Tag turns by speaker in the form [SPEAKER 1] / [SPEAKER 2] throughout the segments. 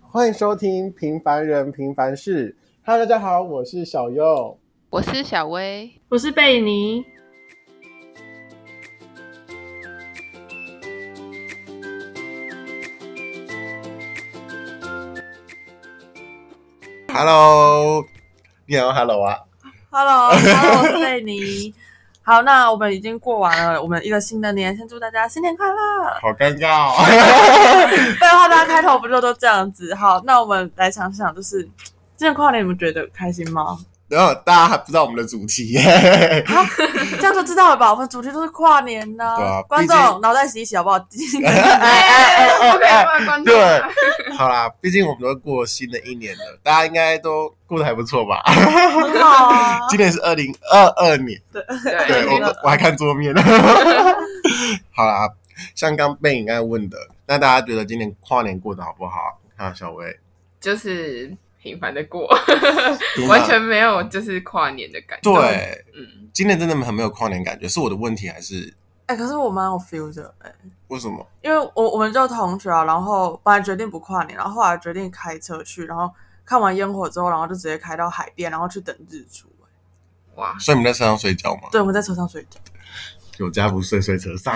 [SPEAKER 1] 欢迎收听《平凡人平凡事》。Hello，大家好，我是小优。
[SPEAKER 2] 我是小薇，
[SPEAKER 3] 我是贝尼。
[SPEAKER 4] Hello，你好，Hello 啊，
[SPEAKER 3] Hello，, hello 我是贝尼。好，那我们已经过完了我们一个新的年，先祝大家新年快乐。
[SPEAKER 4] 好尴尬、哦。
[SPEAKER 3] 废话，大家开头不就都这样子？好，那我们来想想，就是今年跨年你们觉得开 心吗？
[SPEAKER 4] 然后大家还不知道我们的主题耶，
[SPEAKER 3] 啊，这样就知道了吧？我们主题都是跨年呢、
[SPEAKER 4] 对啊
[SPEAKER 3] 观
[SPEAKER 4] 毕竟
[SPEAKER 3] 众脑袋洗一洗好 不好？
[SPEAKER 4] 哎
[SPEAKER 2] 不可以怪观众啊。
[SPEAKER 4] 对，好啦，毕竟我们都过新的一年了，大家应该都过得还不错吧？
[SPEAKER 3] 很好啊。
[SPEAKER 4] 今年是二零二二年，对我
[SPEAKER 3] 2022
[SPEAKER 4] 我还看桌面。好啦，像刚被你刚才问的，那大家觉得今年跨年过得好不好？啊，小薇，
[SPEAKER 2] 就是平凡的过，
[SPEAKER 4] 对吗
[SPEAKER 2] 完全没有就是跨年的感觉。
[SPEAKER 4] 对，
[SPEAKER 2] 嗯，
[SPEAKER 4] 今年真的很没有跨年感觉，是我的问题还是
[SPEAKER 3] 哎、可是我蛮有 feel 的、哎。
[SPEAKER 4] 为什么？
[SPEAKER 3] 因为我我们就同学啊，然后本来决定不跨年，然后后来决定开车去，然后看完烟火之后，然后就直接开到海边，然后去等日出。
[SPEAKER 2] 哇，
[SPEAKER 4] 所以你们在车上睡觉吗？
[SPEAKER 3] 对，我们在车上睡觉。
[SPEAKER 4] 有家不睡，睡车上。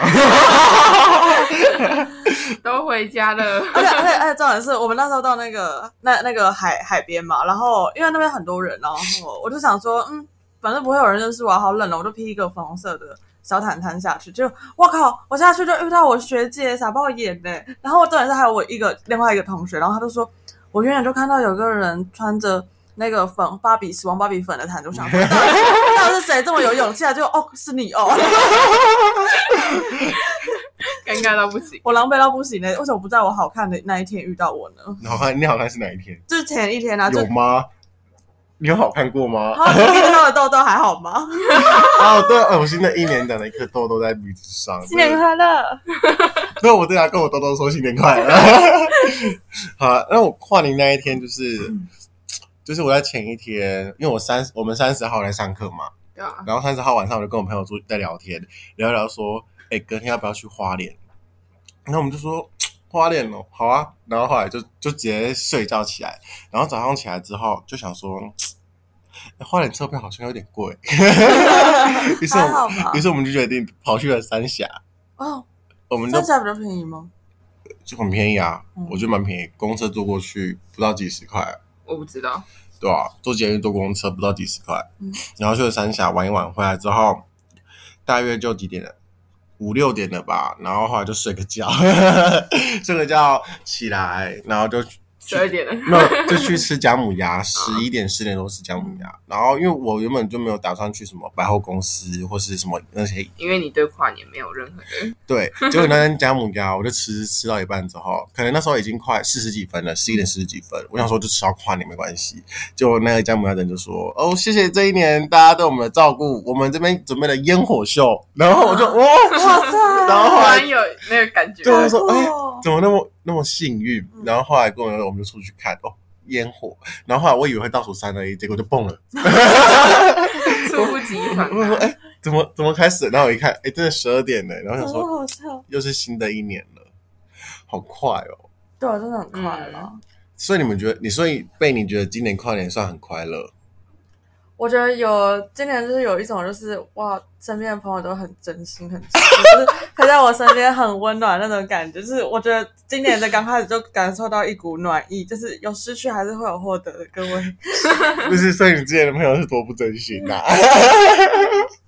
[SPEAKER 2] 都回家了。
[SPEAKER 3] 而且而且而且重点是我们那时候到那个那那个海海边嘛，然后因为那边很多人，然后我就想说，嗯，反正不会有人认识我啊，好冷哦，我就披一个粉红色的小毯毯下去，就我靠，我下去就遇到我学姐傻爆眼呢、然后重点是还有我一个另外一个同学，然后他就说，我远远就看到有个人穿着。那个粉芭比死亡芭比粉的毯，就想说到底是到底是谁这么有勇气啊？就哦是你哦，
[SPEAKER 2] 尴尬到不行。
[SPEAKER 3] 我狼狈到不行呢、为什么不在我好看的那一天遇到我呢？
[SPEAKER 4] 你好看，你好看是哪一天？
[SPEAKER 3] 就是前一天啊，就
[SPEAKER 4] 有吗？你有好看过 吗？
[SPEAKER 3] 然后你看到的痘痘还好吗？
[SPEAKER 4] 哦，对，呃我新的一年长了一颗痘痘在鼻子上。
[SPEAKER 3] 啊新年快乐！
[SPEAKER 4] 对，我对他跟我痘痘说新年快乐。 好，那我跨年那一天就是，
[SPEAKER 3] 嗯
[SPEAKER 4] 就是我在前一天，因为我三我们三十号来上课嘛，
[SPEAKER 2] 对啊，
[SPEAKER 4] 然后三十号晚上我就跟我朋友住在聊天，聊一聊说，哎、隔天要不要去花莲？然后我们就说花莲哦，好啊。然后后来就就直接睡觉起来，然后早上起来之后就想说，哎花莲车票好像有点 贵，于是
[SPEAKER 3] 还
[SPEAKER 4] 我
[SPEAKER 3] 好吧
[SPEAKER 4] 于？是我们就决定跑去了三峡，
[SPEAKER 3] 哦，
[SPEAKER 4] 我们就
[SPEAKER 3] 三峡比较便宜吗？
[SPEAKER 4] 就很便宜啊，
[SPEAKER 3] 嗯
[SPEAKER 4] 我觉得蛮便宜，公车坐过去不到几十块，啊
[SPEAKER 2] 我不知道。
[SPEAKER 4] 对吧、坐捷运坐公车不到几十块，
[SPEAKER 3] 嗯
[SPEAKER 4] 然后去了三峡玩一玩，回来之后大约就几点了？五六点了吧，然后后来就睡个觉， 睡个觉起来，然后就去
[SPEAKER 2] 十二点了，
[SPEAKER 4] 没有就去吃姜母鸭，十一点十点多吃姜母鸭。然后因为我原本就没有打算去什么百货公司或是什么那些
[SPEAKER 2] 因为你对跨年没有任何的
[SPEAKER 4] 对，结果那天姜母鸭，我就吃吃到一半之后，可能那时候已经快四十几分了，十一点四十几分，我想说就吃到跨年没关系。结果那个姜母鸭人就说：“哦，谢谢这一年大家对我们的照顾，我们这边准备了烟火秀。”然后我就哇，
[SPEAKER 3] 哇塞！
[SPEAKER 4] 然后
[SPEAKER 2] 突
[SPEAKER 4] 后来
[SPEAKER 2] 然有那个感觉。
[SPEAKER 4] 哦对我说：“哎，
[SPEAKER 3] 啊哦，
[SPEAKER 4] 怎么那么那么幸运？”
[SPEAKER 3] 嗯
[SPEAKER 4] 然后后来跟我我们就出去看哦。烟火，然后后来我以为会倒数三二一，结果就蹦了。
[SPEAKER 2] 猝不及防
[SPEAKER 4] 我说：“
[SPEAKER 2] 啊。
[SPEAKER 4] 哎，怎么怎么开始？”然后我一看，哎，真的十二点了。然后想
[SPEAKER 3] 好
[SPEAKER 4] 说，
[SPEAKER 3] 好笑。
[SPEAKER 4] 又是新的一年了，好快哦。
[SPEAKER 3] 对啊，真的很快了。
[SPEAKER 4] 所以你们觉得，你所以被你觉得今年跨年算很快乐，
[SPEAKER 3] 我觉得有今年就是有一种就是哇，身边的朋友都很真心，很真心 就是陪在我身边，很温暖那种感觉。就是我觉得今年的刚开始就感受到一股暖意，就是有失去还是会有获得的，各位。
[SPEAKER 4] 就是所以你之前的朋友是多不真心啊 呐、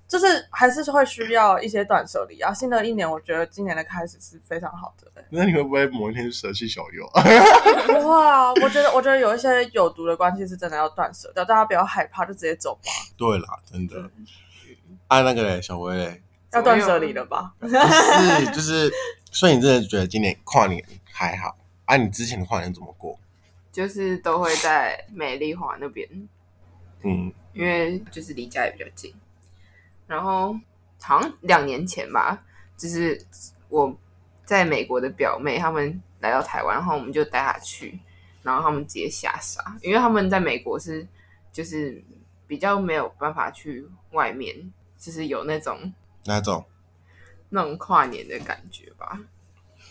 [SPEAKER 3] 就是还是会需要一些断舍离啊。新的一年，我觉得今年的开始是非常好的、
[SPEAKER 4] 那你会不会某一天舍弃小 优？
[SPEAKER 3] 不会啊，我觉得我觉得有一些有毒的关系是真的要断舍掉，大家不要害怕，就直接走吧，
[SPEAKER 4] 对啦，真的。啊，那个嘞，小薇嘞，
[SPEAKER 3] 要断舍离了吧？
[SPEAKER 4] 不是就是，所以你真的觉得今年跨年还好啊？你之前的跨年怎么过？
[SPEAKER 2] 就是都会在美丽华那边，
[SPEAKER 4] 嗯，
[SPEAKER 2] 因为就是离家也比较近。然后好像两年前吧，就是我在美国的表妹他们来到台湾，然后我们就带她去，然后他们直接吓傻，因为他们在美国是就是比较没有办法去外面，就是有那种
[SPEAKER 4] 那种，
[SPEAKER 2] 那种跨年的感觉吧。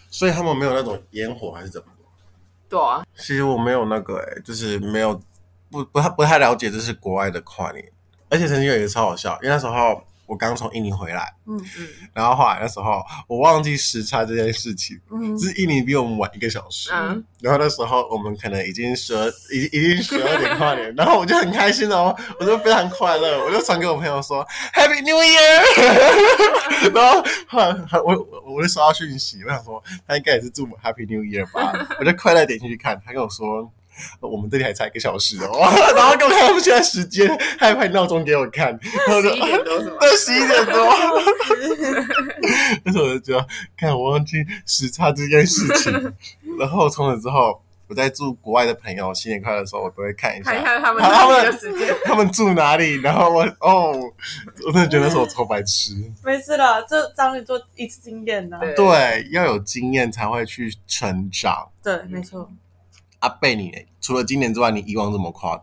[SPEAKER 4] 所以他们没有那种烟火还是怎么？
[SPEAKER 2] 对啊，
[SPEAKER 4] 其实我没有那个、欸，就是没有不不太不太了解，就是国外的跨年。而且曾经有一个超好笑，因为那时候我刚从印尼回来，
[SPEAKER 3] 嗯
[SPEAKER 2] 嗯
[SPEAKER 4] 然后后来那时候我忘记时差这件事情，
[SPEAKER 3] 嗯，
[SPEAKER 4] 就是印尼比我们晚一个小时。
[SPEAKER 2] 嗯，
[SPEAKER 4] 然后那时候我们可能已经十二，已已经十二点跨年，然后我就很开心哦，我就非常快乐，我就传给我朋友说 Happy New Year，然 后后来我我我就收到讯息，我想说他应该也是祝我 Happy New Year 吧，我就快乐点进去看，他跟我说。呃我们这里还差一个小时哦， 然后给我看他们现在时间，还拍闹钟给我看，然 后我就
[SPEAKER 2] 十一点多是 吗？
[SPEAKER 4] 都十一点多，那时候我就觉得，看我忘记时差这件事情。然后从此之后，我在祝国外的朋友新年快乐的时候，我都会看一
[SPEAKER 2] 看一
[SPEAKER 4] 下
[SPEAKER 2] 下他们
[SPEAKER 4] 他们
[SPEAKER 2] 的时间，
[SPEAKER 4] 他们住哪里。然后我哦，我真的觉得那时候我超白痴。
[SPEAKER 3] 没事了，这当你做一次经验呢。
[SPEAKER 2] 对
[SPEAKER 4] 对，要有经验才会去成长。
[SPEAKER 3] 对，没错。
[SPEAKER 4] 阿贝你，除了今年之外，你以往怎么跨的？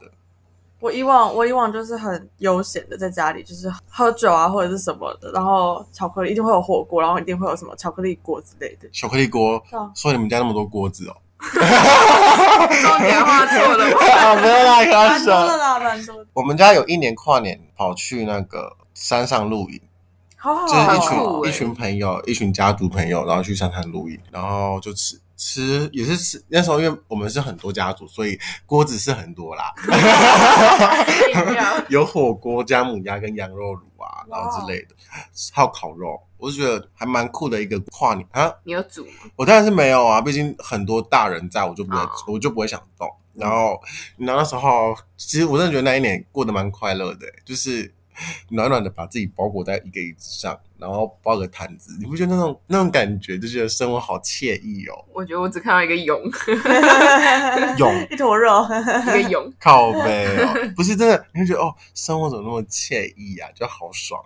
[SPEAKER 3] 我以往我以往就是很悠闲的在家里，就是喝酒啊或者是什么的，然后巧克力一定会有火锅，然后一定会有什么巧克力锅之类的。
[SPEAKER 4] 巧克力锅
[SPEAKER 3] 对啊，
[SPEAKER 4] 说你们家那么多锅子 哦？
[SPEAKER 2] 重点画错了吧？
[SPEAKER 4] 啊，没有啦，开玩
[SPEAKER 3] 蛮多的
[SPEAKER 4] 笑。
[SPEAKER 3] 啦， 蛮多的，
[SPEAKER 4] 我们家有一年跨年跑去那个山上露营。
[SPEAKER 3] 好好
[SPEAKER 4] 就是
[SPEAKER 3] 哦
[SPEAKER 4] 一群、
[SPEAKER 2] 好酷欸
[SPEAKER 4] 一群朋友，一群家族朋友，然后去山上露营，然后就吃吃也是吃。那时候因为我们是很多家族，所以锅子是很多啦，
[SPEAKER 2] 饮料
[SPEAKER 4] 有火锅、姜母鸭跟羊肉卤啊，然
[SPEAKER 3] 哇
[SPEAKER 4] 后之类的，还有烤肉。我就觉得还蛮酷的一个跨年啊！
[SPEAKER 2] 你有煮吗？
[SPEAKER 4] 我当然是没有啊，毕竟很多大人在，我就不会，
[SPEAKER 2] 哦
[SPEAKER 4] 我就不会想动。然后，然后那时候，其实我真的觉得那一年过得蛮快乐的、就是暖暖的把自己包裹在一个椅子上，然后包个毯子，你不觉得那种那种感觉，就觉得生活好惬意哦。
[SPEAKER 2] 我觉得我只看到一个蛹，
[SPEAKER 4] 有
[SPEAKER 3] 一坨肉，
[SPEAKER 2] 一个蛹，
[SPEAKER 4] 靠背哦，不是真的，你就觉得哦，生活怎么那么惬意啊，就好爽。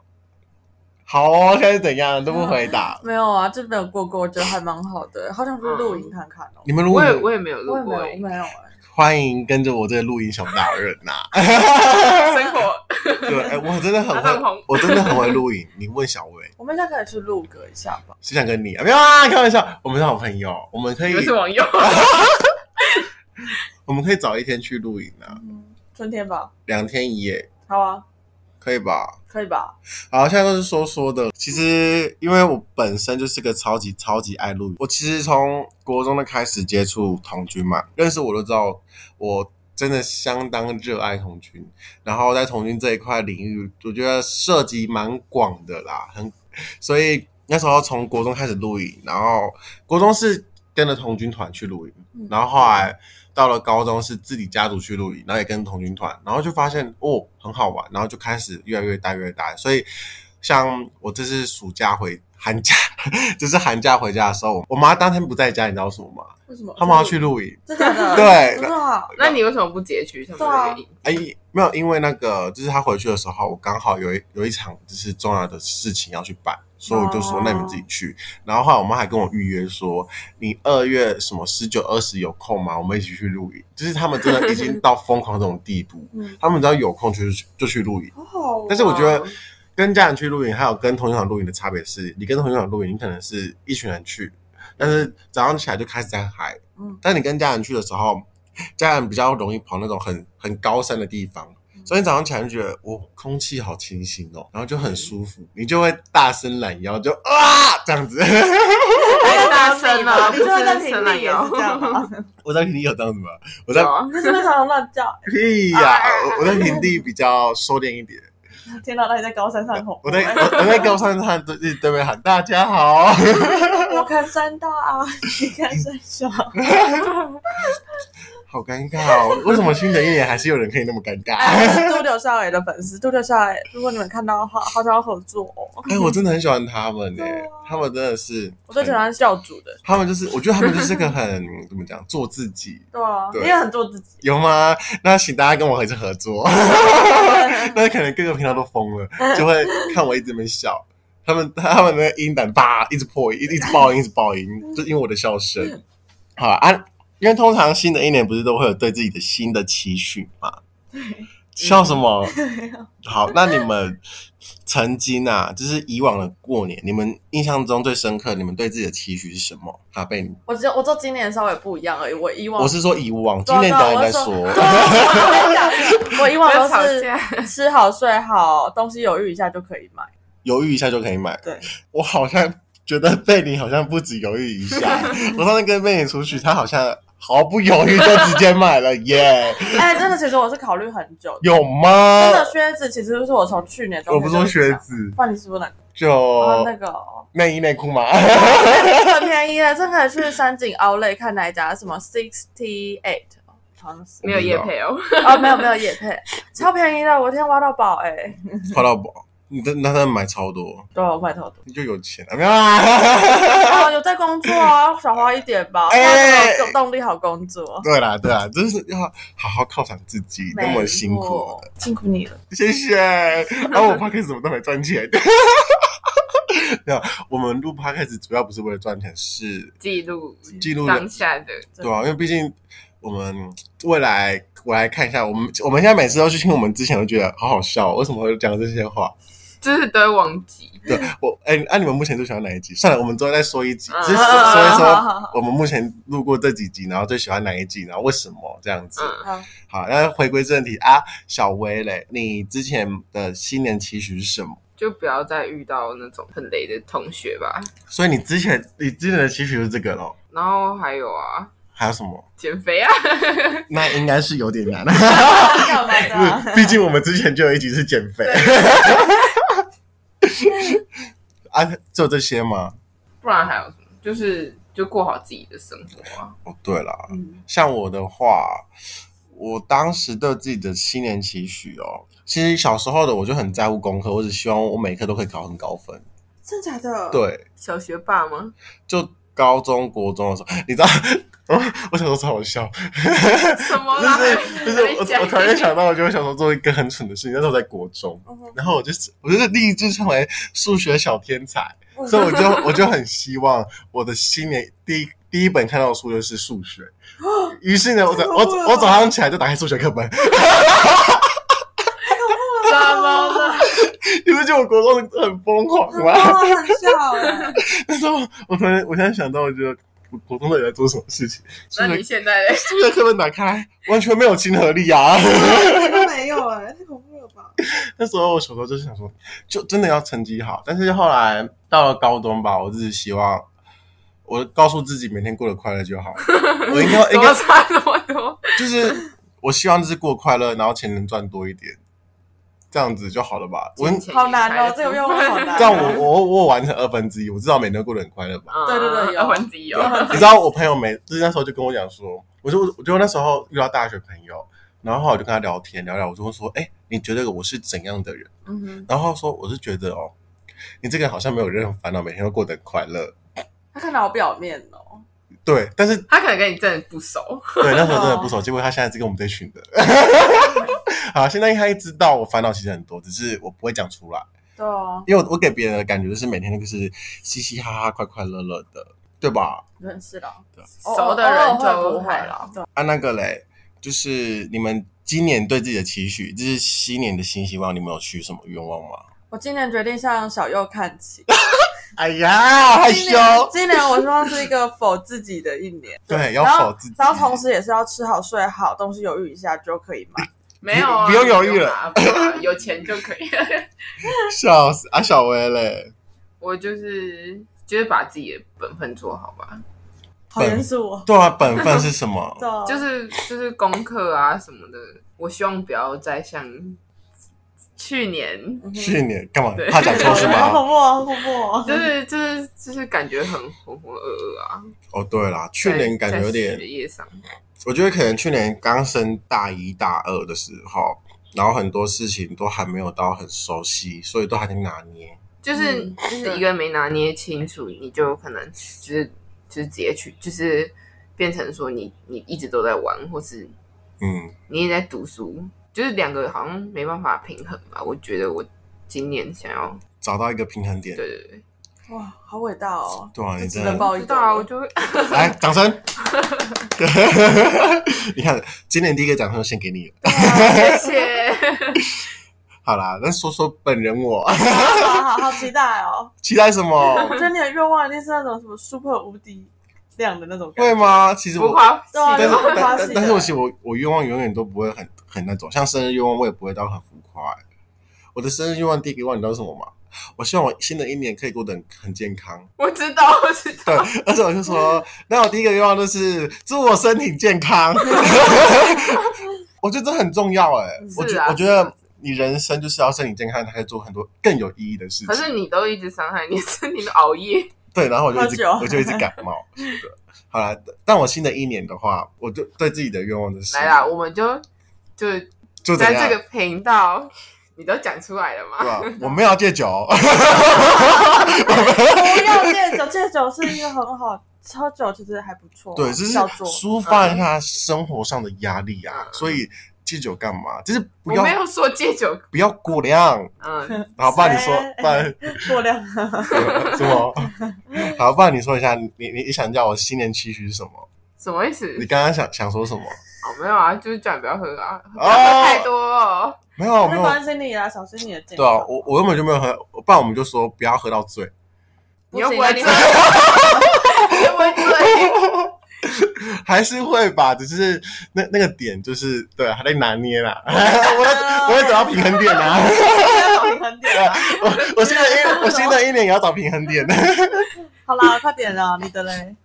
[SPEAKER 4] 好哦，现在是怎样都不回答。
[SPEAKER 3] 没有啊，就没有过过，我觉得还蛮好的，好想去露营看看哦。
[SPEAKER 4] 你们如果
[SPEAKER 2] 我也
[SPEAKER 4] 有
[SPEAKER 2] 我也没有录
[SPEAKER 3] 我也没
[SPEAKER 2] 过
[SPEAKER 3] 有，
[SPEAKER 2] 欸
[SPEAKER 3] 我没有哎、
[SPEAKER 4] 欢迎跟着我这个录音小达人啊呐、
[SPEAKER 2] 生活，
[SPEAKER 4] 对，哎、我真的很
[SPEAKER 2] 打帐
[SPEAKER 4] 会
[SPEAKER 2] 篷，
[SPEAKER 4] 我真的很会录影。你问小薇，
[SPEAKER 3] 我们应该可以去录个一下吧？
[SPEAKER 4] 谁想跟你啊？没有啊，开玩笑，我们是好朋友，我们可以
[SPEAKER 2] 你，们是网 友，
[SPEAKER 4] 我们可以早一天去露营啊，
[SPEAKER 3] 嗯，春天吧，
[SPEAKER 4] 两天一夜，
[SPEAKER 3] 好啊，
[SPEAKER 4] 可以吧？
[SPEAKER 3] 可以吧？
[SPEAKER 4] 好，现在都是说说的。其实，因为我本身就是个超级超级爱露营，我其实从国中的开始接触童军嘛，认识我都知道，我真的相当热爱童军。然后在童军这一块领域，我觉得涉及蛮广的啦，很所以那时候从国中开始露营，然后国中是跟着童军团去露营
[SPEAKER 3] 嗯，
[SPEAKER 4] 然后后来到了高中是自己家族去露营，然后也跟童军团，然后就发现哦很好玩，然后就开始越来越大越来越大，所以像我这次暑假回寒假， 就是寒假回家的时候，我妈当天不在家，你知道为什么吗？
[SPEAKER 3] 为什么？
[SPEAKER 4] 他们要去露营，
[SPEAKER 3] 真的假 的？
[SPEAKER 4] 对
[SPEAKER 3] 真的啊，
[SPEAKER 2] 那你为什么不截取他们的原因？
[SPEAKER 4] 哎，没有，因为那个就是他回去的时候，我刚好有一有一场就是重要的事情要去办，所以我就说
[SPEAKER 3] 哦，
[SPEAKER 4] 那你们自己去。然后后来我妈还跟我预约说，你二月什么十九、二十有空吗？我们一起去露营。就是他们真的已经到疯狂这种地步
[SPEAKER 3] 嗯，
[SPEAKER 4] 他们只要有空就去就去露营。
[SPEAKER 3] 好好哦、
[SPEAKER 4] 但是我觉得跟家人去露营，还有跟同学团露营的差别是，你跟同学团露营，你可能是一群人去，但是早上起来就开始在嗨。
[SPEAKER 3] 嗯
[SPEAKER 4] 但你跟家人去的时候，家人比较容易跑那种很很高山的地方。所以早上起来就觉得，哦，空气好清新哦，然后就很舒服，你就会大声懒腰，就啊这样子。
[SPEAKER 2] 太大声 了，
[SPEAKER 3] 你
[SPEAKER 2] 不
[SPEAKER 3] 就会在
[SPEAKER 2] 是
[SPEAKER 3] 平
[SPEAKER 2] 声
[SPEAKER 3] 地
[SPEAKER 2] 懒
[SPEAKER 3] 也啊是
[SPEAKER 2] 腰
[SPEAKER 3] 这样啊 吗？
[SPEAKER 4] 我在平地有这样子吗？我在
[SPEAKER 2] 有啊
[SPEAKER 3] 你是不是常常乱叫？
[SPEAKER 4] 屁呀、我我在平地比较收敛一点。
[SPEAKER 3] 天哪，那你在高山上吼？哎
[SPEAKER 4] 我在我 我在高山上对对面喊大家好。
[SPEAKER 3] 我看山大啊，你看山小，
[SPEAKER 4] 好尴尬哦！为什么新的一年还是有人可以那么尴尬？
[SPEAKER 3] 哎，我是杜柳少爷的粉丝，杜柳少爷，如果你们看到的话，好想要合作哦。
[SPEAKER 4] 哎、我真的很喜欢他们呢、欸
[SPEAKER 3] 对啊
[SPEAKER 4] 他们真的是，
[SPEAKER 3] 我最喜欢教主的，
[SPEAKER 4] 他们就是，我觉得他们就是个很怎么讲，做自己，
[SPEAKER 3] 对啊，
[SPEAKER 4] 对
[SPEAKER 3] 你也很做自己，
[SPEAKER 4] 有吗？那请大家跟我一起合 作， 那可能各个频道都疯了，就会看我一直没笑。他们他们的音档叭一直破音，一直一直爆音，一直爆音，就因为我的笑声。好啊，因为通常新的一年不是都会有对自己的新的期许嘛？笑什 么？好，那你们曾经啊，就是以往的过年，你们印象中最深刻，你们对自己的期许是什么？阿贝，
[SPEAKER 3] 我只有我做今年稍微不一样而已，我以往
[SPEAKER 4] 我是说以往，今
[SPEAKER 3] 对啊
[SPEAKER 4] 年当然再
[SPEAKER 3] 对啊
[SPEAKER 4] 说。
[SPEAKER 3] 我以往
[SPEAKER 2] 不要
[SPEAKER 3] 都
[SPEAKER 2] 吵
[SPEAKER 3] 是
[SPEAKER 2] 架
[SPEAKER 3] 吃好睡好，东西犹豫一下就可以买。
[SPEAKER 4] 犹豫一下就可以买。
[SPEAKER 3] 对，
[SPEAKER 4] 我好像觉得贝尼好像不止犹豫一 下，我上次跟贝尼出去，他好像毫不犹豫就直接买了耶，
[SPEAKER 3] 哎、真的，其实我是考虑很久的。
[SPEAKER 4] 有吗
[SPEAKER 3] 真？的靴子其实是我从去年冬
[SPEAKER 4] 我不
[SPEAKER 3] 天
[SPEAKER 4] 是说靴，子，
[SPEAKER 3] 不然你是不是那个？哦，
[SPEAKER 4] 就
[SPEAKER 3] 那个哦
[SPEAKER 4] 内衣内裤 嘛。
[SPEAKER 3] 很便宜耶，真的去山景奥莱看哪一家什么 sixty eight，好像 是
[SPEAKER 2] 没有夜配哦，
[SPEAKER 3] 哦，没有没有也配，超便宜的，我天挖到宝哎！
[SPEAKER 4] 花到宝，你的那他买超多，
[SPEAKER 3] 对，啊我买头 多。
[SPEAKER 4] 你就有钱了没有 啊？
[SPEAKER 3] 哦，有在工作啊，少花一点吧，
[SPEAKER 4] 哎
[SPEAKER 3] 大家有动力好工作。
[SPEAKER 4] 对啦对啦，就是要好好犒赏自己，那么辛
[SPEAKER 3] 没
[SPEAKER 4] 苦
[SPEAKER 3] 错，，辛苦你了。
[SPEAKER 4] 谢谢。然后我 p o d 什么都没赚钱。 没有，我们录 p o d 主要不是为了赚钱，是
[SPEAKER 2] 记录
[SPEAKER 4] 记录
[SPEAKER 2] 当下的
[SPEAKER 4] 对啊，因为毕竟我们未来，我来看一下，我们我们现在每次都去听我们之前，都觉得好好笑，为什么会讲这些话？
[SPEAKER 2] 就是都会忘记。
[SPEAKER 4] 对我，哎、那、你们目前最喜欢哪一集？算了，我们之后再说一集，
[SPEAKER 2] 嗯
[SPEAKER 4] 就是
[SPEAKER 3] 好好
[SPEAKER 4] 说一
[SPEAKER 3] 啊好好
[SPEAKER 4] 说
[SPEAKER 3] 好
[SPEAKER 4] 我们目前录过这几集，然后最喜欢哪一集，然后为什么这样子。
[SPEAKER 2] 嗯，
[SPEAKER 3] 好，
[SPEAKER 4] 好，那回归正题啊，小薇嘞，你之前的新年期许是什么？
[SPEAKER 2] 就不要再遇到那种很雷的同学吧。
[SPEAKER 4] 所以你之前你之前的期许是这个咯，
[SPEAKER 2] 然后还有啊，
[SPEAKER 4] 还有什么？
[SPEAKER 2] 减肥啊，
[SPEAKER 4] 那应该是有点难，
[SPEAKER 3] 干嘛 的啊？
[SPEAKER 4] 毕竟我们之前就有一集是减肥。 啊，只有这些吗？
[SPEAKER 2] 不然还有什么？就是就过好自己的生活啊。
[SPEAKER 4] 哦，对啦，
[SPEAKER 2] 嗯，
[SPEAKER 4] 像我的话，我当时对自己的新年期许哦，其实小时候的我就很在乎功课，我只希望我每科都可以考很高分。
[SPEAKER 3] 真的假的？，
[SPEAKER 4] 对，
[SPEAKER 2] 小学霸吗？
[SPEAKER 4] 就高中国中的时候，你知道， 我小时候超好笑，
[SPEAKER 2] 什么啦？
[SPEAKER 4] 就是就是我我突然间想到，我就会想说做一个很蠢的事情，那时候在国中。然后我就是，我就是立志成为数学小天才， 所以我就我就很希望我的新年第一第一本看到的书就是数 学。于是呢，我早我我早上起来就打开数学课本，
[SPEAKER 2] 怎么了？
[SPEAKER 4] 你不觉得我国中很疯狂吗？
[SPEAKER 3] 哇，很笑哎。
[SPEAKER 4] 那时候我突然我现在想到，我觉得我国中到底在做什么事情？数
[SPEAKER 2] 那
[SPEAKER 4] 学
[SPEAKER 2] 你现在嘞？
[SPEAKER 4] 数学课本打开完全没有亲和力啊！
[SPEAKER 3] 都没有哎，太恐怖了吧？
[SPEAKER 4] 那时候我小时候就是想说，就真的要成绩好，但是后来到了高中吧，我只是希望我告诉自己每天过得快乐就好。 我应该
[SPEAKER 2] 怎
[SPEAKER 4] 应
[SPEAKER 2] 么
[SPEAKER 4] 该
[SPEAKER 2] 差那么多？
[SPEAKER 4] 就是我希望就是过快乐，然后钱能赚多一点，这样子就好了吧？我
[SPEAKER 3] 好难哦，这个愿望好难。
[SPEAKER 4] 这样我我我完成二分之一，我至少每天都过得很快乐吧。
[SPEAKER 3] 对对对有
[SPEAKER 2] 要还自己哦。
[SPEAKER 4] 你知道我朋友每就是那时候就跟我讲说，我就我就那时候遇到大学朋友，然后后来我就跟他聊天聊聊，我就会说，哎、你觉得我是怎样的人？
[SPEAKER 3] 嗯哼，
[SPEAKER 4] 然后他说我是觉得哦，你这个人好像没有任何烦恼，每天都过得很快乐。
[SPEAKER 3] 他看到我表面哦，
[SPEAKER 4] 对，但是
[SPEAKER 2] 他可能跟你真的不熟，
[SPEAKER 4] 对那时候真的不熟，结果他现在是跟我们这群的。 好，现在他知道我烦恼其实很多，只是我不会讲出来，
[SPEAKER 3] 对啊，
[SPEAKER 4] 因为我我给别人的感觉就是每天都是嘻嘻哈哈、快快乐乐的，对吧？
[SPEAKER 3] 认识的，
[SPEAKER 2] 熟的人
[SPEAKER 3] 偶尔会
[SPEAKER 2] 就
[SPEAKER 3] 不会啦。对，
[SPEAKER 4] 啊，那个嘞，就是你们今年对自己的期许，就是新年的新希望，你们有许什么愿望吗？
[SPEAKER 3] 我今年决定向小右看齐。
[SPEAKER 4] 哎呀，害羞
[SPEAKER 3] 今，年今年我希望是一个否自己的一年，
[SPEAKER 4] 对，要
[SPEAKER 3] 然
[SPEAKER 4] 否
[SPEAKER 3] 后
[SPEAKER 4] 自己，
[SPEAKER 3] 然后同时也是要吃好睡好，东西犹豫一下就可以买。
[SPEAKER 2] 没有啊，
[SPEAKER 4] 不用犹豫了
[SPEAKER 2] 不用啊，不用啊有钱就可以。
[SPEAKER 4] 笑死啊，小薇嘞。
[SPEAKER 2] 我就是就是把自己的本分做好吧，
[SPEAKER 3] 好严肃哦，
[SPEAKER 4] 对啊，本分是什 么？
[SPEAKER 2] 就。是就是功课啊什么的，我希望不要再像去年，
[SPEAKER 3] 嗯
[SPEAKER 4] 去年干嘛
[SPEAKER 2] 对？
[SPEAKER 4] 怕讲错是 吗？
[SPEAKER 3] 好恐怖哦，好恐怖哦！
[SPEAKER 2] 就是就是就是感觉很浑浑噩噩啊。
[SPEAKER 4] 哦，对啦，去年感觉有
[SPEAKER 2] 在
[SPEAKER 4] 点
[SPEAKER 2] 学，业上，
[SPEAKER 4] 我觉得可能去年刚升大一大二的时候，然后很多事情都还没有到很熟悉，所以都还在拿捏。
[SPEAKER 2] 就是、
[SPEAKER 3] 嗯
[SPEAKER 2] 就是一个没拿捏清楚，你就可能就是就是截取，就是变成说你你一直都在玩，或是
[SPEAKER 4] 嗯，
[SPEAKER 2] 你也在读书，就是两个好像没办法平衡吧。我觉得我今年想要，
[SPEAKER 4] 找到一个平衡点
[SPEAKER 2] 对。对对，
[SPEAKER 3] 哇，好伟大哦！
[SPEAKER 4] 对啊，
[SPEAKER 3] 这
[SPEAKER 4] 你
[SPEAKER 3] 值
[SPEAKER 4] 真
[SPEAKER 3] 得
[SPEAKER 4] 的
[SPEAKER 3] 抱一
[SPEAKER 2] 知
[SPEAKER 3] 个
[SPEAKER 2] 道啊，我就会
[SPEAKER 4] 来掌声。 你看，今年第一个掌声献给你了。
[SPEAKER 3] 哦
[SPEAKER 2] 谢谢。
[SPEAKER 4] 好啦，那说说本人我，
[SPEAKER 3] 好好好期待哦！
[SPEAKER 4] 期待什
[SPEAKER 3] 我
[SPEAKER 4] 么？
[SPEAKER 3] 觉得你的愿望一定是那种什么 super 无敌亮的那种感
[SPEAKER 4] 会
[SPEAKER 3] 觉。
[SPEAKER 4] 吗？其实
[SPEAKER 2] 浮
[SPEAKER 4] 我，
[SPEAKER 2] 夸，
[SPEAKER 3] 对啊
[SPEAKER 4] 但是
[SPEAKER 3] 你会
[SPEAKER 4] 但
[SPEAKER 3] 发
[SPEAKER 4] 但
[SPEAKER 3] 现
[SPEAKER 4] 但是我其实我我愿望永远都不会很很那种，像生日愿望我也不会到很浮夸、欸。我的生日愿望第一个愿望你知道是什么吗？我希望我新的一年可以过得很很健康。
[SPEAKER 2] 我知道，我知道，
[SPEAKER 4] 对， 而且我就说，那我第一个愿望就是祝我身体健 康。我觉得这很重要哎、
[SPEAKER 2] 是啊
[SPEAKER 4] 我觉我觉
[SPEAKER 2] 是
[SPEAKER 4] 得
[SPEAKER 2] 啊
[SPEAKER 4] 你人生就是要身体健康，才可以做很多更有意义的事情。
[SPEAKER 2] 可是你都一直伤害你身体，都熬夜，
[SPEAKER 4] 对，然后我就一直
[SPEAKER 3] 喝酒
[SPEAKER 4] 我就一直感 冒。对，好啦，但我新的一年的话，我就对自己的愿望就是
[SPEAKER 2] 来啦，我们就就
[SPEAKER 4] 就怎
[SPEAKER 2] 在
[SPEAKER 4] 样
[SPEAKER 2] 这个频道，你都讲出来了
[SPEAKER 4] 对
[SPEAKER 2] 嘛？
[SPEAKER 4] 吧？我没有要戒酒，
[SPEAKER 3] 不要戒酒，戒酒是一个很好，喝酒其实还不错。
[SPEAKER 4] 对，就是
[SPEAKER 3] 叫做
[SPEAKER 4] 抒发一下生活上的压力啊。
[SPEAKER 2] 嗯
[SPEAKER 4] 所以戒酒干嘛？就是不
[SPEAKER 2] 我
[SPEAKER 4] 要
[SPEAKER 2] 没有说戒酒，
[SPEAKER 4] 不要过量。
[SPEAKER 2] 嗯，
[SPEAKER 4] 好，不然 你说
[SPEAKER 3] 谁，
[SPEAKER 4] 不然
[SPEAKER 3] 过量。
[SPEAKER 4] 什么？好，不然你说一下，你你你想叫我新年期许是什么？
[SPEAKER 2] 什么意思？
[SPEAKER 4] 你刚刚想想说什么？
[SPEAKER 2] 哦，没有啊，就是叫你不要喝啊，不要喝
[SPEAKER 4] 哦
[SPEAKER 2] 太多哦。
[SPEAKER 4] 没有没
[SPEAKER 3] 是
[SPEAKER 4] 有，
[SPEAKER 3] 关心你啊，小心你的健康。
[SPEAKER 4] 对啊，我我根本就没有喝，不然我们就说不要喝到醉。
[SPEAKER 2] 你又不
[SPEAKER 3] 行
[SPEAKER 2] 会
[SPEAKER 3] 啊
[SPEAKER 2] 醉，
[SPEAKER 3] 你
[SPEAKER 2] 你又不会醉，
[SPEAKER 4] 还是会吧，只是那那个点就是对，啊还在拿捏啦。 我要我要找到平衡点啦。
[SPEAKER 3] 要平衡点啊。
[SPEAKER 4] 我我新的一我新的一年也要找平衡点。
[SPEAKER 3] 好啦，快点啦，你的嘞。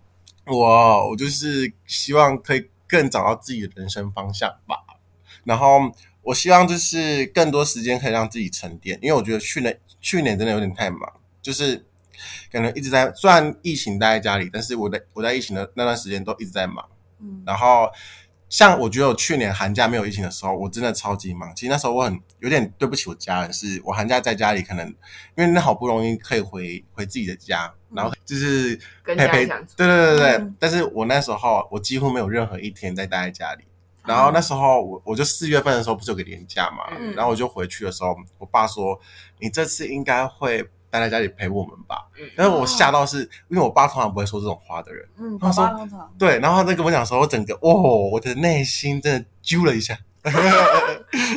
[SPEAKER 4] 我我就是希望可以更找到自己的人生方向吧。然后我希望就是更多时间可以让自己沉淀，因为我觉得去年去年真的有点太忙，就是感觉一直在虽然疫情待在家里，但是我在我在疫情的那段时间都一直在忙。
[SPEAKER 3] 嗯，
[SPEAKER 4] 然后像我觉得我去年寒假没有疫情的时候，我真的超级忙。其实那时候我很有点对不起我家人，是我寒假在家里可能因为那好不容易可以回回自己的家，然后就是
[SPEAKER 2] 嗯跟
[SPEAKER 4] 陪
[SPEAKER 2] 家人
[SPEAKER 4] 陪，
[SPEAKER 2] 相处
[SPEAKER 4] 对对对对。
[SPEAKER 3] 嗯
[SPEAKER 4] 但是我那时候我几乎没有任何一天在待在家里。
[SPEAKER 2] 哦
[SPEAKER 4] 然后那时候我我就四月份的时候不是有个年假嘛，
[SPEAKER 2] 嗯
[SPEAKER 4] 然后我就回去的时候，我爸说你这次应该会待在家里陪我们吧。
[SPEAKER 2] 嗯
[SPEAKER 4] 但是我吓到是因为我爸通常不会说这种话的人，
[SPEAKER 3] 嗯，
[SPEAKER 4] 他
[SPEAKER 3] 爸
[SPEAKER 4] 说
[SPEAKER 3] 爸通常。
[SPEAKER 4] 对，然后他在跟我讲的时候，我整个哦，我的内心真的揪了一下，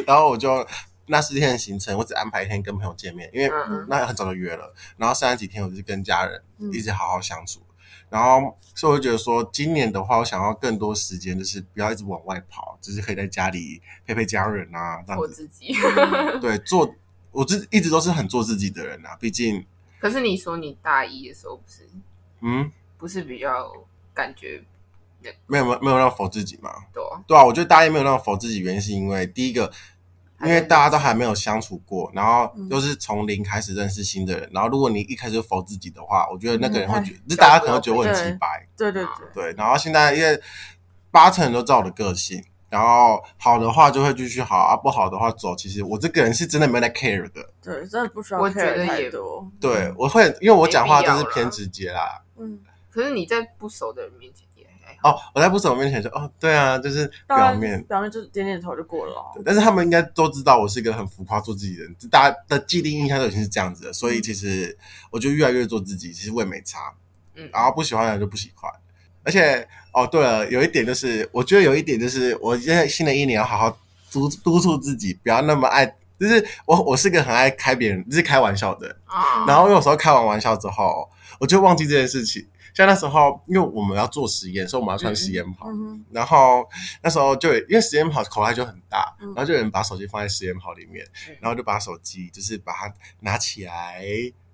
[SPEAKER 4] 然后我就那四天的行程，我只安排一天跟朋友见面，因为
[SPEAKER 2] 嗯
[SPEAKER 4] 那很早就约了，然后剩下几天我就是跟家人
[SPEAKER 3] 嗯
[SPEAKER 4] 一直好好相处，然后所以我就觉得说，今年的话，我想要更多时间，就是不要一直往外跑，就是可以在家里陪陪家人啊，这样
[SPEAKER 2] 我
[SPEAKER 4] 子，
[SPEAKER 2] 自己。嗯
[SPEAKER 4] 对，做我自一直都是很做自己的人啊，毕竟，
[SPEAKER 2] 可是你说你大一的时候不是
[SPEAKER 4] 嗯，
[SPEAKER 2] 不是比较感觉
[SPEAKER 4] 没有没有没有让否自己嘛，
[SPEAKER 2] 多，
[SPEAKER 4] 对啊，我觉得大一没有那种否自己，原因是因为第一个，因为大家都还没嗯有相处过，然后又是从零开始认识新的人，然后如果你一开始就否自己的话，我觉得那个人会觉得，就大家可能会觉得我很鸡白，
[SPEAKER 3] 对对对，
[SPEAKER 4] 对。然后现在因为八成人都知道我的个性，然后好的话就会继续好啊，不好的话走。其实我这个人是真的没在 care 的，
[SPEAKER 3] 对，真的不需要
[SPEAKER 2] 我觉得
[SPEAKER 3] care 太
[SPEAKER 2] 也
[SPEAKER 3] 多。
[SPEAKER 4] 对我会因为我讲话就是偏直接啦。
[SPEAKER 3] 嗯，
[SPEAKER 2] 可是你在不熟的人面前也还好。
[SPEAKER 4] 哦，我在不熟面前说哦，对啊，就是
[SPEAKER 3] 当
[SPEAKER 4] 表
[SPEAKER 3] 然
[SPEAKER 4] 面
[SPEAKER 3] 表面就是点点头就过了哦。
[SPEAKER 4] 对但是他们应该都知道我是一个很浮夸做自己的人，大家的既定印象都已经是这样子了，所
[SPEAKER 3] 嗯
[SPEAKER 4] 以其实我就越来越做自己，其实我也没差，
[SPEAKER 2] 嗯，
[SPEAKER 4] 然后不喜欢的人就不喜欢。而且哦，对了，有一点就是，我觉得有一点就是，我现在新的一年要好好督督促自己，不要那么爱，就是我我是个很爱开别人，就是开玩笑的，
[SPEAKER 3] 嗯
[SPEAKER 2] 啊，
[SPEAKER 4] 然后有时候开完玩笑之后，我就忘记这件事情。像那时候，因为我们要做实验，所以我们要穿实验袍。
[SPEAKER 3] 嗯哼，
[SPEAKER 4] 然后那时候就有因为实验跑口袋就很大，
[SPEAKER 3] 嗯
[SPEAKER 4] 然后就有人把手机放在实验跑里面
[SPEAKER 2] 嗯，
[SPEAKER 4] 然后就把手机就是把它拿起来，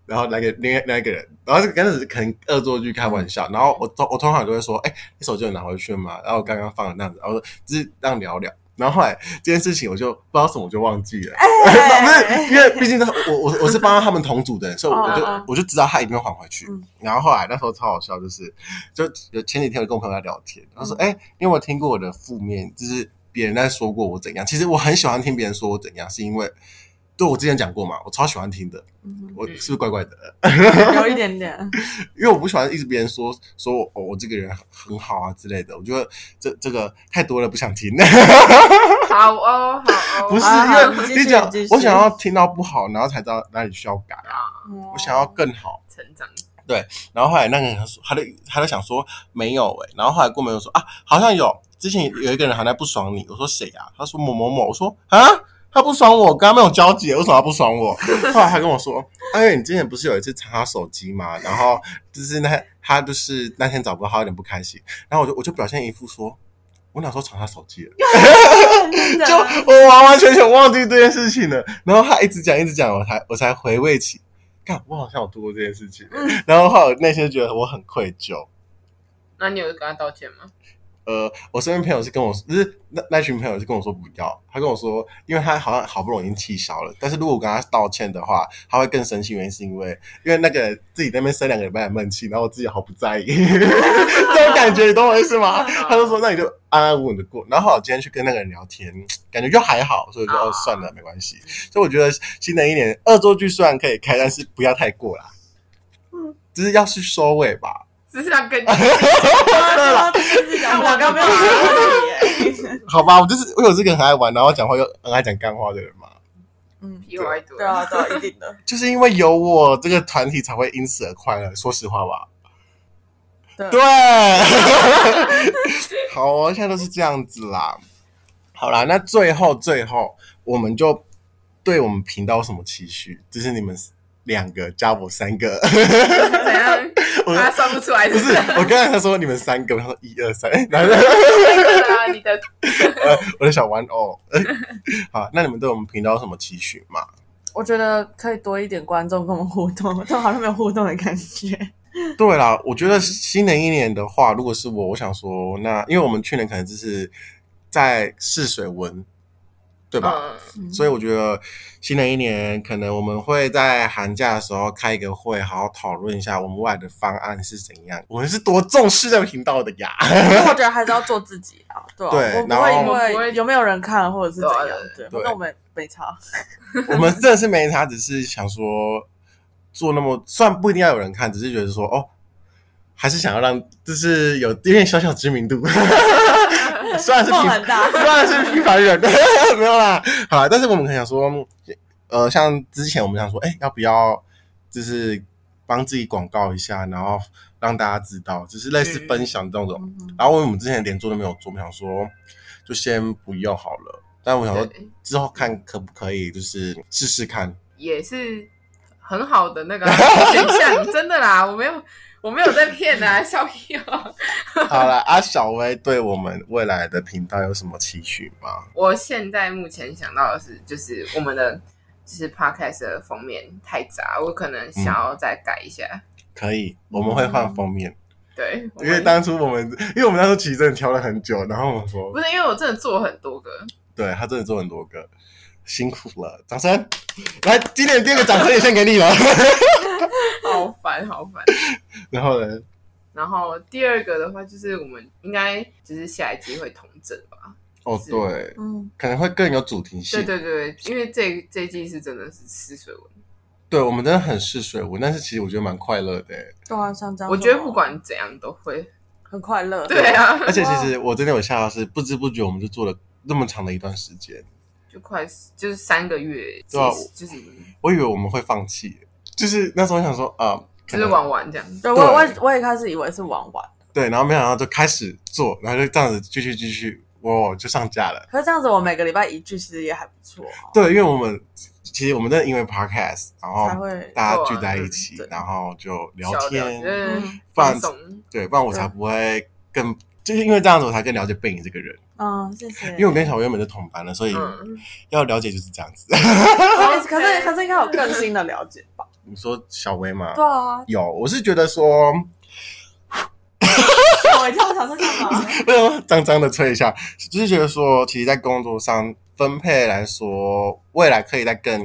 [SPEAKER 4] 然后来给另外另外一个人，然后就刚开始可能恶作剧开玩笑，然后我通我通常就会说，哎、你手机有拿回去吗？然后我刚刚放了那样子，然后我说只是让聊聊。然后后来这件事情我就不知道什么我就忘记了， 不 是因为毕竟他我我我是帮他们同组的人，所以我就
[SPEAKER 3] 哦哦哦
[SPEAKER 4] 我就知道他一定会还回去
[SPEAKER 3] 嗯。
[SPEAKER 4] 然后后来那时候超好笑，就是就有前几天我跟我朋友在聊天，他说：“
[SPEAKER 3] 嗯
[SPEAKER 4] 哎，你有没有听过我的负面？就是别人在说过我怎样？其实我很喜欢听别人说我怎样，是因为对我之前讲过嘛，我超喜欢听的。
[SPEAKER 3] 嗯
[SPEAKER 4] 我是不是怪怪的？
[SPEAKER 3] 哼有一点点。
[SPEAKER 4] 因为我不喜欢一直别人说说我、哦、我这个人很好啊之类的，我觉得这这个太多了，不想 听。”
[SPEAKER 2] 好哦，好哦，
[SPEAKER 4] 不是
[SPEAKER 3] 啊好
[SPEAKER 4] 因
[SPEAKER 3] 继
[SPEAKER 4] 为
[SPEAKER 3] 续
[SPEAKER 4] 你讲
[SPEAKER 3] 继续，
[SPEAKER 4] 我想要听到不好，然后才知道哪里需要改啊。
[SPEAKER 3] 我
[SPEAKER 4] 我想 要更好，
[SPEAKER 2] 成长，
[SPEAKER 4] 然后后来那个人他说，他就他就想说没有哎、然后后来郭美又说啊，好像有，之前有一个人好像不爽你，我说谁啊？他说某某某，我说啊，他不爽我，跟他没有交集，为什么他不爽我？后来他跟我说：“哎，你之前不是有一次查他手机嘛？然后就是那他就是那天找不到，他有点不开心。然后我就我就表现一副说，我哪时候查他手机了？
[SPEAKER 3] 啊
[SPEAKER 4] 就我完完全全忘记这件事情了。然后他一直讲一直讲，我才我才回味起，看我好像有做过这件事情。然后后来内心觉得我很愧疚。
[SPEAKER 2] 那你有跟他道歉吗？
[SPEAKER 4] 呃，我身边朋友是跟我，就是那那群朋友是跟我说不要，他跟我说，因为他好像好不容易气消了，但是如果我跟他道歉的话，他会更生气，原因是因为因为那个自己在那边生两个礼拜的闷气，然后我自己好不在意， 这种感觉你懂我意思吗？他就说那你就安安稳稳的过，然后我今天去跟那个人聊天，感觉就还好，所以我就哦算了，没关系。所以我觉得新的一年恶作剧虽然可以开，但是不要太过啦，就是要去收尾吧。
[SPEAKER 2] 只是他跟你
[SPEAKER 3] 我刚 刚没有打断你耶。
[SPEAKER 4] 好吧，我就是我有这个很爱玩，然后讲话又很爱讲干话的人嘛，
[SPEAKER 3] 嗯，
[SPEAKER 2] 屁话一堆
[SPEAKER 3] 对。啊， 对啊，一定的，
[SPEAKER 4] 就是因为有我这个团体才会因此而快乐。说实话吧，
[SPEAKER 3] 对
[SPEAKER 4] 对， 好，我现在都是这样子啦。好啦，那最后最后，我们就对我们频道有什么期许？就是你们两个加我三个，
[SPEAKER 2] 怎样？
[SPEAKER 4] 我
[SPEAKER 2] 他算不出来，
[SPEAKER 4] 不是
[SPEAKER 2] 啊
[SPEAKER 4] 我刚才他说你们三个，我想说一二三，然后，
[SPEAKER 2] 啊你的
[SPEAKER 4] 呃我的小玩偶。 好，那你们对我们频道有什么期许吗？
[SPEAKER 3] 我觉得可以多一点观众跟我们互动，但好像没有互动的感觉。
[SPEAKER 4] 对啦，我觉得新的一年的话，如果是我，我想说，那因为我们去年可能就是在试水温，对吧？
[SPEAKER 2] 嗯，
[SPEAKER 4] 所以我觉得新的一年，可能我们会在寒假的时候开一个会，好好讨论一下我们未来的方案是怎样。我们是多重视这个频道的呀！
[SPEAKER 3] 因为我觉得嗯还是要做自己啊，对啊，
[SPEAKER 4] 对
[SPEAKER 3] 我不
[SPEAKER 4] 然后
[SPEAKER 3] 会因为有没有人看或者是怎
[SPEAKER 2] 啊
[SPEAKER 3] 样，对，
[SPEAKER 4] 对
[SPEAKER 3] 那我们没差，
[SPEAKER 4] 我们真的是没差，只是想说做那么，虽然不一定要有人看，只是觉得说哦，还是想要让，就是有有点小小知名度。 虽然是
[SPEAKER 3] 梦
[SPEAKER 4] 平
[SPEAKER 3] 很大，
[SPEAKER 4] 当然是平凡人， 没有啦。好啦，但是我们很想说，呃，像之前我们想说，哎、要不要就是帮自己广告一下，然后让大家知道，只是类似
[SPEAKER 2] 嗯
[SPEAKER 4] 分享这种。
[SPEAKER 3] 嗯哼
[SPEAKER 4] 然后我们之前连做都没有做，我们想说就先不用好了。但我想说
[SPEAKER 2] 对
[SPEAKER 4] 之后看可不可以，就是试试看。
[SPEAKER 2] 也是很好的那个 啊选项，真的啦，我没有，我没有在骗啊， 笑屁哦！
[SPEAKER 4] 好了，阿小薇对我们未来的频道有什么期许吗？
[SPEAKER 2] 我现在目前想到的是，就是我们的就是 podcast 的封面太杂，我可能想要再改一下。
[SPEAKER 4] 可以，我们会换封面，
[SPEAKER 2] 对，嗯我
[SPEAKER 4] 因为
[SPEAKER 2] 们
[SPEAKER 4] 当初我们，因为我们当初其实真的挑了很久，然后我们说
[SPEAKER 2] 不是因为我真的做了很多个，
[SPEAKER 4] 对他真的做很多个，辛苦了，掌声！来，今天的第二个掌声也献给你了。
[SPEAKER 2] 好烦好烦。
[SPEAKER 4] 然后呢，
[SPEAKER 2] 然后第二个的话，就是我们应该就是下一集会同整吧。
[SPEAKER 4] 哦
[SPEAKER 2] 是
[SPEAKER 4] 对，
[SPEAKER 3] 嗯，
[SPEAKER 4] 可能会更有主题性。
[SPEAKER 2] 对对对，因为这这一季是真的是试水文，
[SPEAKER 4] 对我们真的很试水文，但是其实我觉得蛮快乐的欸。
[SPEAKER 3] 对啊，像这样，
[SPEAKER 2] 我觉得不管怎样都会。
[SPEAKER 3] 很快乐，
[SPEAKER 2] 对啊，
[SPEAKER 4] 而且其实我真的有吓到，是不知不觉我们就做了那么长的一段时间，
[SPEAKER 2] 就快就是三个月，
[SPEAKER 4] 对啊
[SPEAKER 2] 其实就是
[SPEAKER 4] 我以为我们会放弃，就是那时候我想说啊，可
[SPEAKER 2] 就
[SPEAKER 4] 能
[SPEAKER 2] 是玩玩这样。
[SPEAKER 4] 对
[SPEAKER 3] 对我我也我也开始以为是玩玩，
[SPEAKER 4] 对，然后没想到就开始做，然后就这样子继续继续，哇，就上架了。
[SPEAKER 3] 可是这样子我每个礼拜一句其实也还不错啊，
[SPEAKER 4] 对，因为我们其实我们真的因为 podcast，然后
[SPEAKER 3] 才会
[SPEAKER 4] 大家聚在一起
[SPEAKER 3] 对，
[SPEAKER 4] 然后就聊
[SPEAKER 2] 小
[SPEAKER 4] 天，
[SPEAKER 3] 嗯
[SPEAKER 2] 就是
[SPEAKER 4] 放
[SPEAKER 2] 放松，
[SPEAKER 4] 对，不然我才不会更，就是因为这样子我才更了解贝影这个人，
[SPEAKER 3] 嗯，谢谢，
[SPEAKER 4] 因为我跟小薇原本是同班的，所以
[SPEAKER 2] 嗯，
[SPEAKER 4] 要了解就是这样子。
[SPEAKER 3] 可是
[SPEAKER 2] OK
[SPEAKER 3] 哦可是可是应该有更新的了解吧？
[SPEAKER 4] 你说小薇吗？
[SPEAKER 3] 对啊，
[SPEAKER 4] 有，我是觉得说，
[SPEAKER 3] 我一跳，我想说干嘛？
[SPEAKER 4] 为什么脏脏的吹一下？就是觉得说，其实，在工作上分配来说，未来可以再更，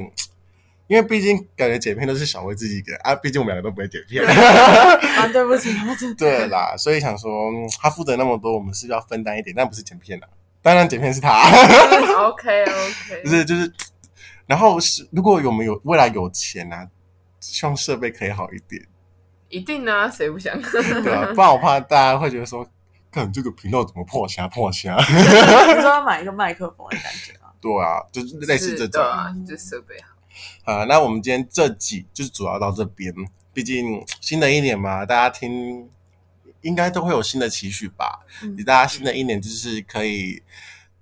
[SPEAKER 4] 因为毕竟感觉剪片都是小薇自己一个人啊，毕竟我们两个都不会剪片。
[SPEAKER 3] 啊，对 不起，我真的
[SPEAKER 4] 对啦，所以想说，嗯他负责那么多，我们是不是要分担一点，但不是剪片啦。啊当然，剪片是他，
[SPEAKER 2] OK
[SPEAKER 4] 就
[SPEAKER 2] OK，
[SPEAKER 4] 是就是，然后是如果有没有未来有钱啊，希望设备可以好一点，
[SPEAKER 2] 一定啊，谁不 想？
[SPEAKER 4] 对啊吧、不然我怕大家会觉得说，看你这个频道怎么破虾破虾，
[SPEAKER 3] 你说要买一个麦克风的感觉啊？
[SPEAKER 4] 对啊，就是类似这
[SPEAKER 2] 是
[SPEAKER 4] 种
[SPEAKER 2] 的啊，就是设备好，
[SPEAKER 4] 啊。那我们今天这集就是主要到这边，毕竟新的一年嘛，大家听应该都会有新的期许吧。
[SPEAKER 3] 嗯
[SPEAKER 4] 大家新的一年就是可以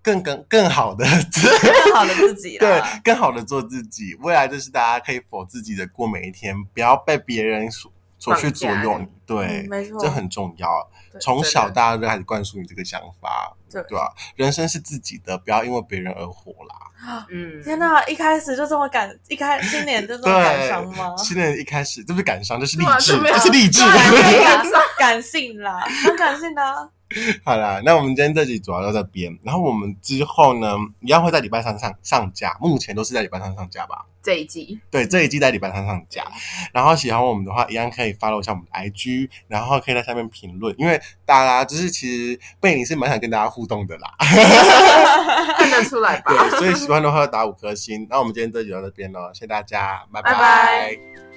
[SPEAKER 4] 更更更好的
[SPEAKER 3] 更好的自己
[SPEAKER 4] 对
[SPEAKER 3] 啦。，
[SPEAKER 4] 更好的做自己。未来就是大家可以否自己的过每一天，不要被别人所所去左右你。对
[SPEAKER 3] 嗯，没错
[SPEAKER 4] 这很重要。
[SPEAKER 3] 对
[SPEAKER 4] 从小
[SPEAKER 2] 真的
[SPEAKER 4] 大家就开始灌输你这个想法，
[SPEAKER 3] 对
[SPEAKER 4] 对啊吧、人生是自己的，不要因为别人而活啦。
[SPEAKER 2] 嗯，
[SPEAKER 3] 天哪、一开始就这么感，一开新年就这么感伤吗
[SPEAKER 4] 对，？新人一开始这不是感伤，这是励
[SPEAKER 2] 啊对啊
[SPEAKER 4] 志，
[SPEAKER 2] 这没有
[SPEAKER 4] 这是励志。
[SPEAKER 3] 对啊
[SPEAKER 2] 感伤
[SPEAKER 3] 感性啦，很感性的、啊。
[SPEAKER 4] 好啦，那我们今天这集主要到这边，然后我们之后呢，一样会在礼拜三上上架，目前都是在礼拜三上架吧。
[SPEAKER 2] 这一季
[SPEAKER 4] 对，这一季在礼拜三上架。然后喜欢我们的话，一样可以 follow 一下我们的 IG，然后可以在下面评论，因为大家就是其实贝宁是蛮想跟大家互动的啦。
[SPEAKER 2] 看得出来吧？
[SPEAKER 4] 对，所以喜欢的话要打五颗星。那我们今天这集就到这边了，谢谢大家，拜
[SPEAKER 2] 拜拜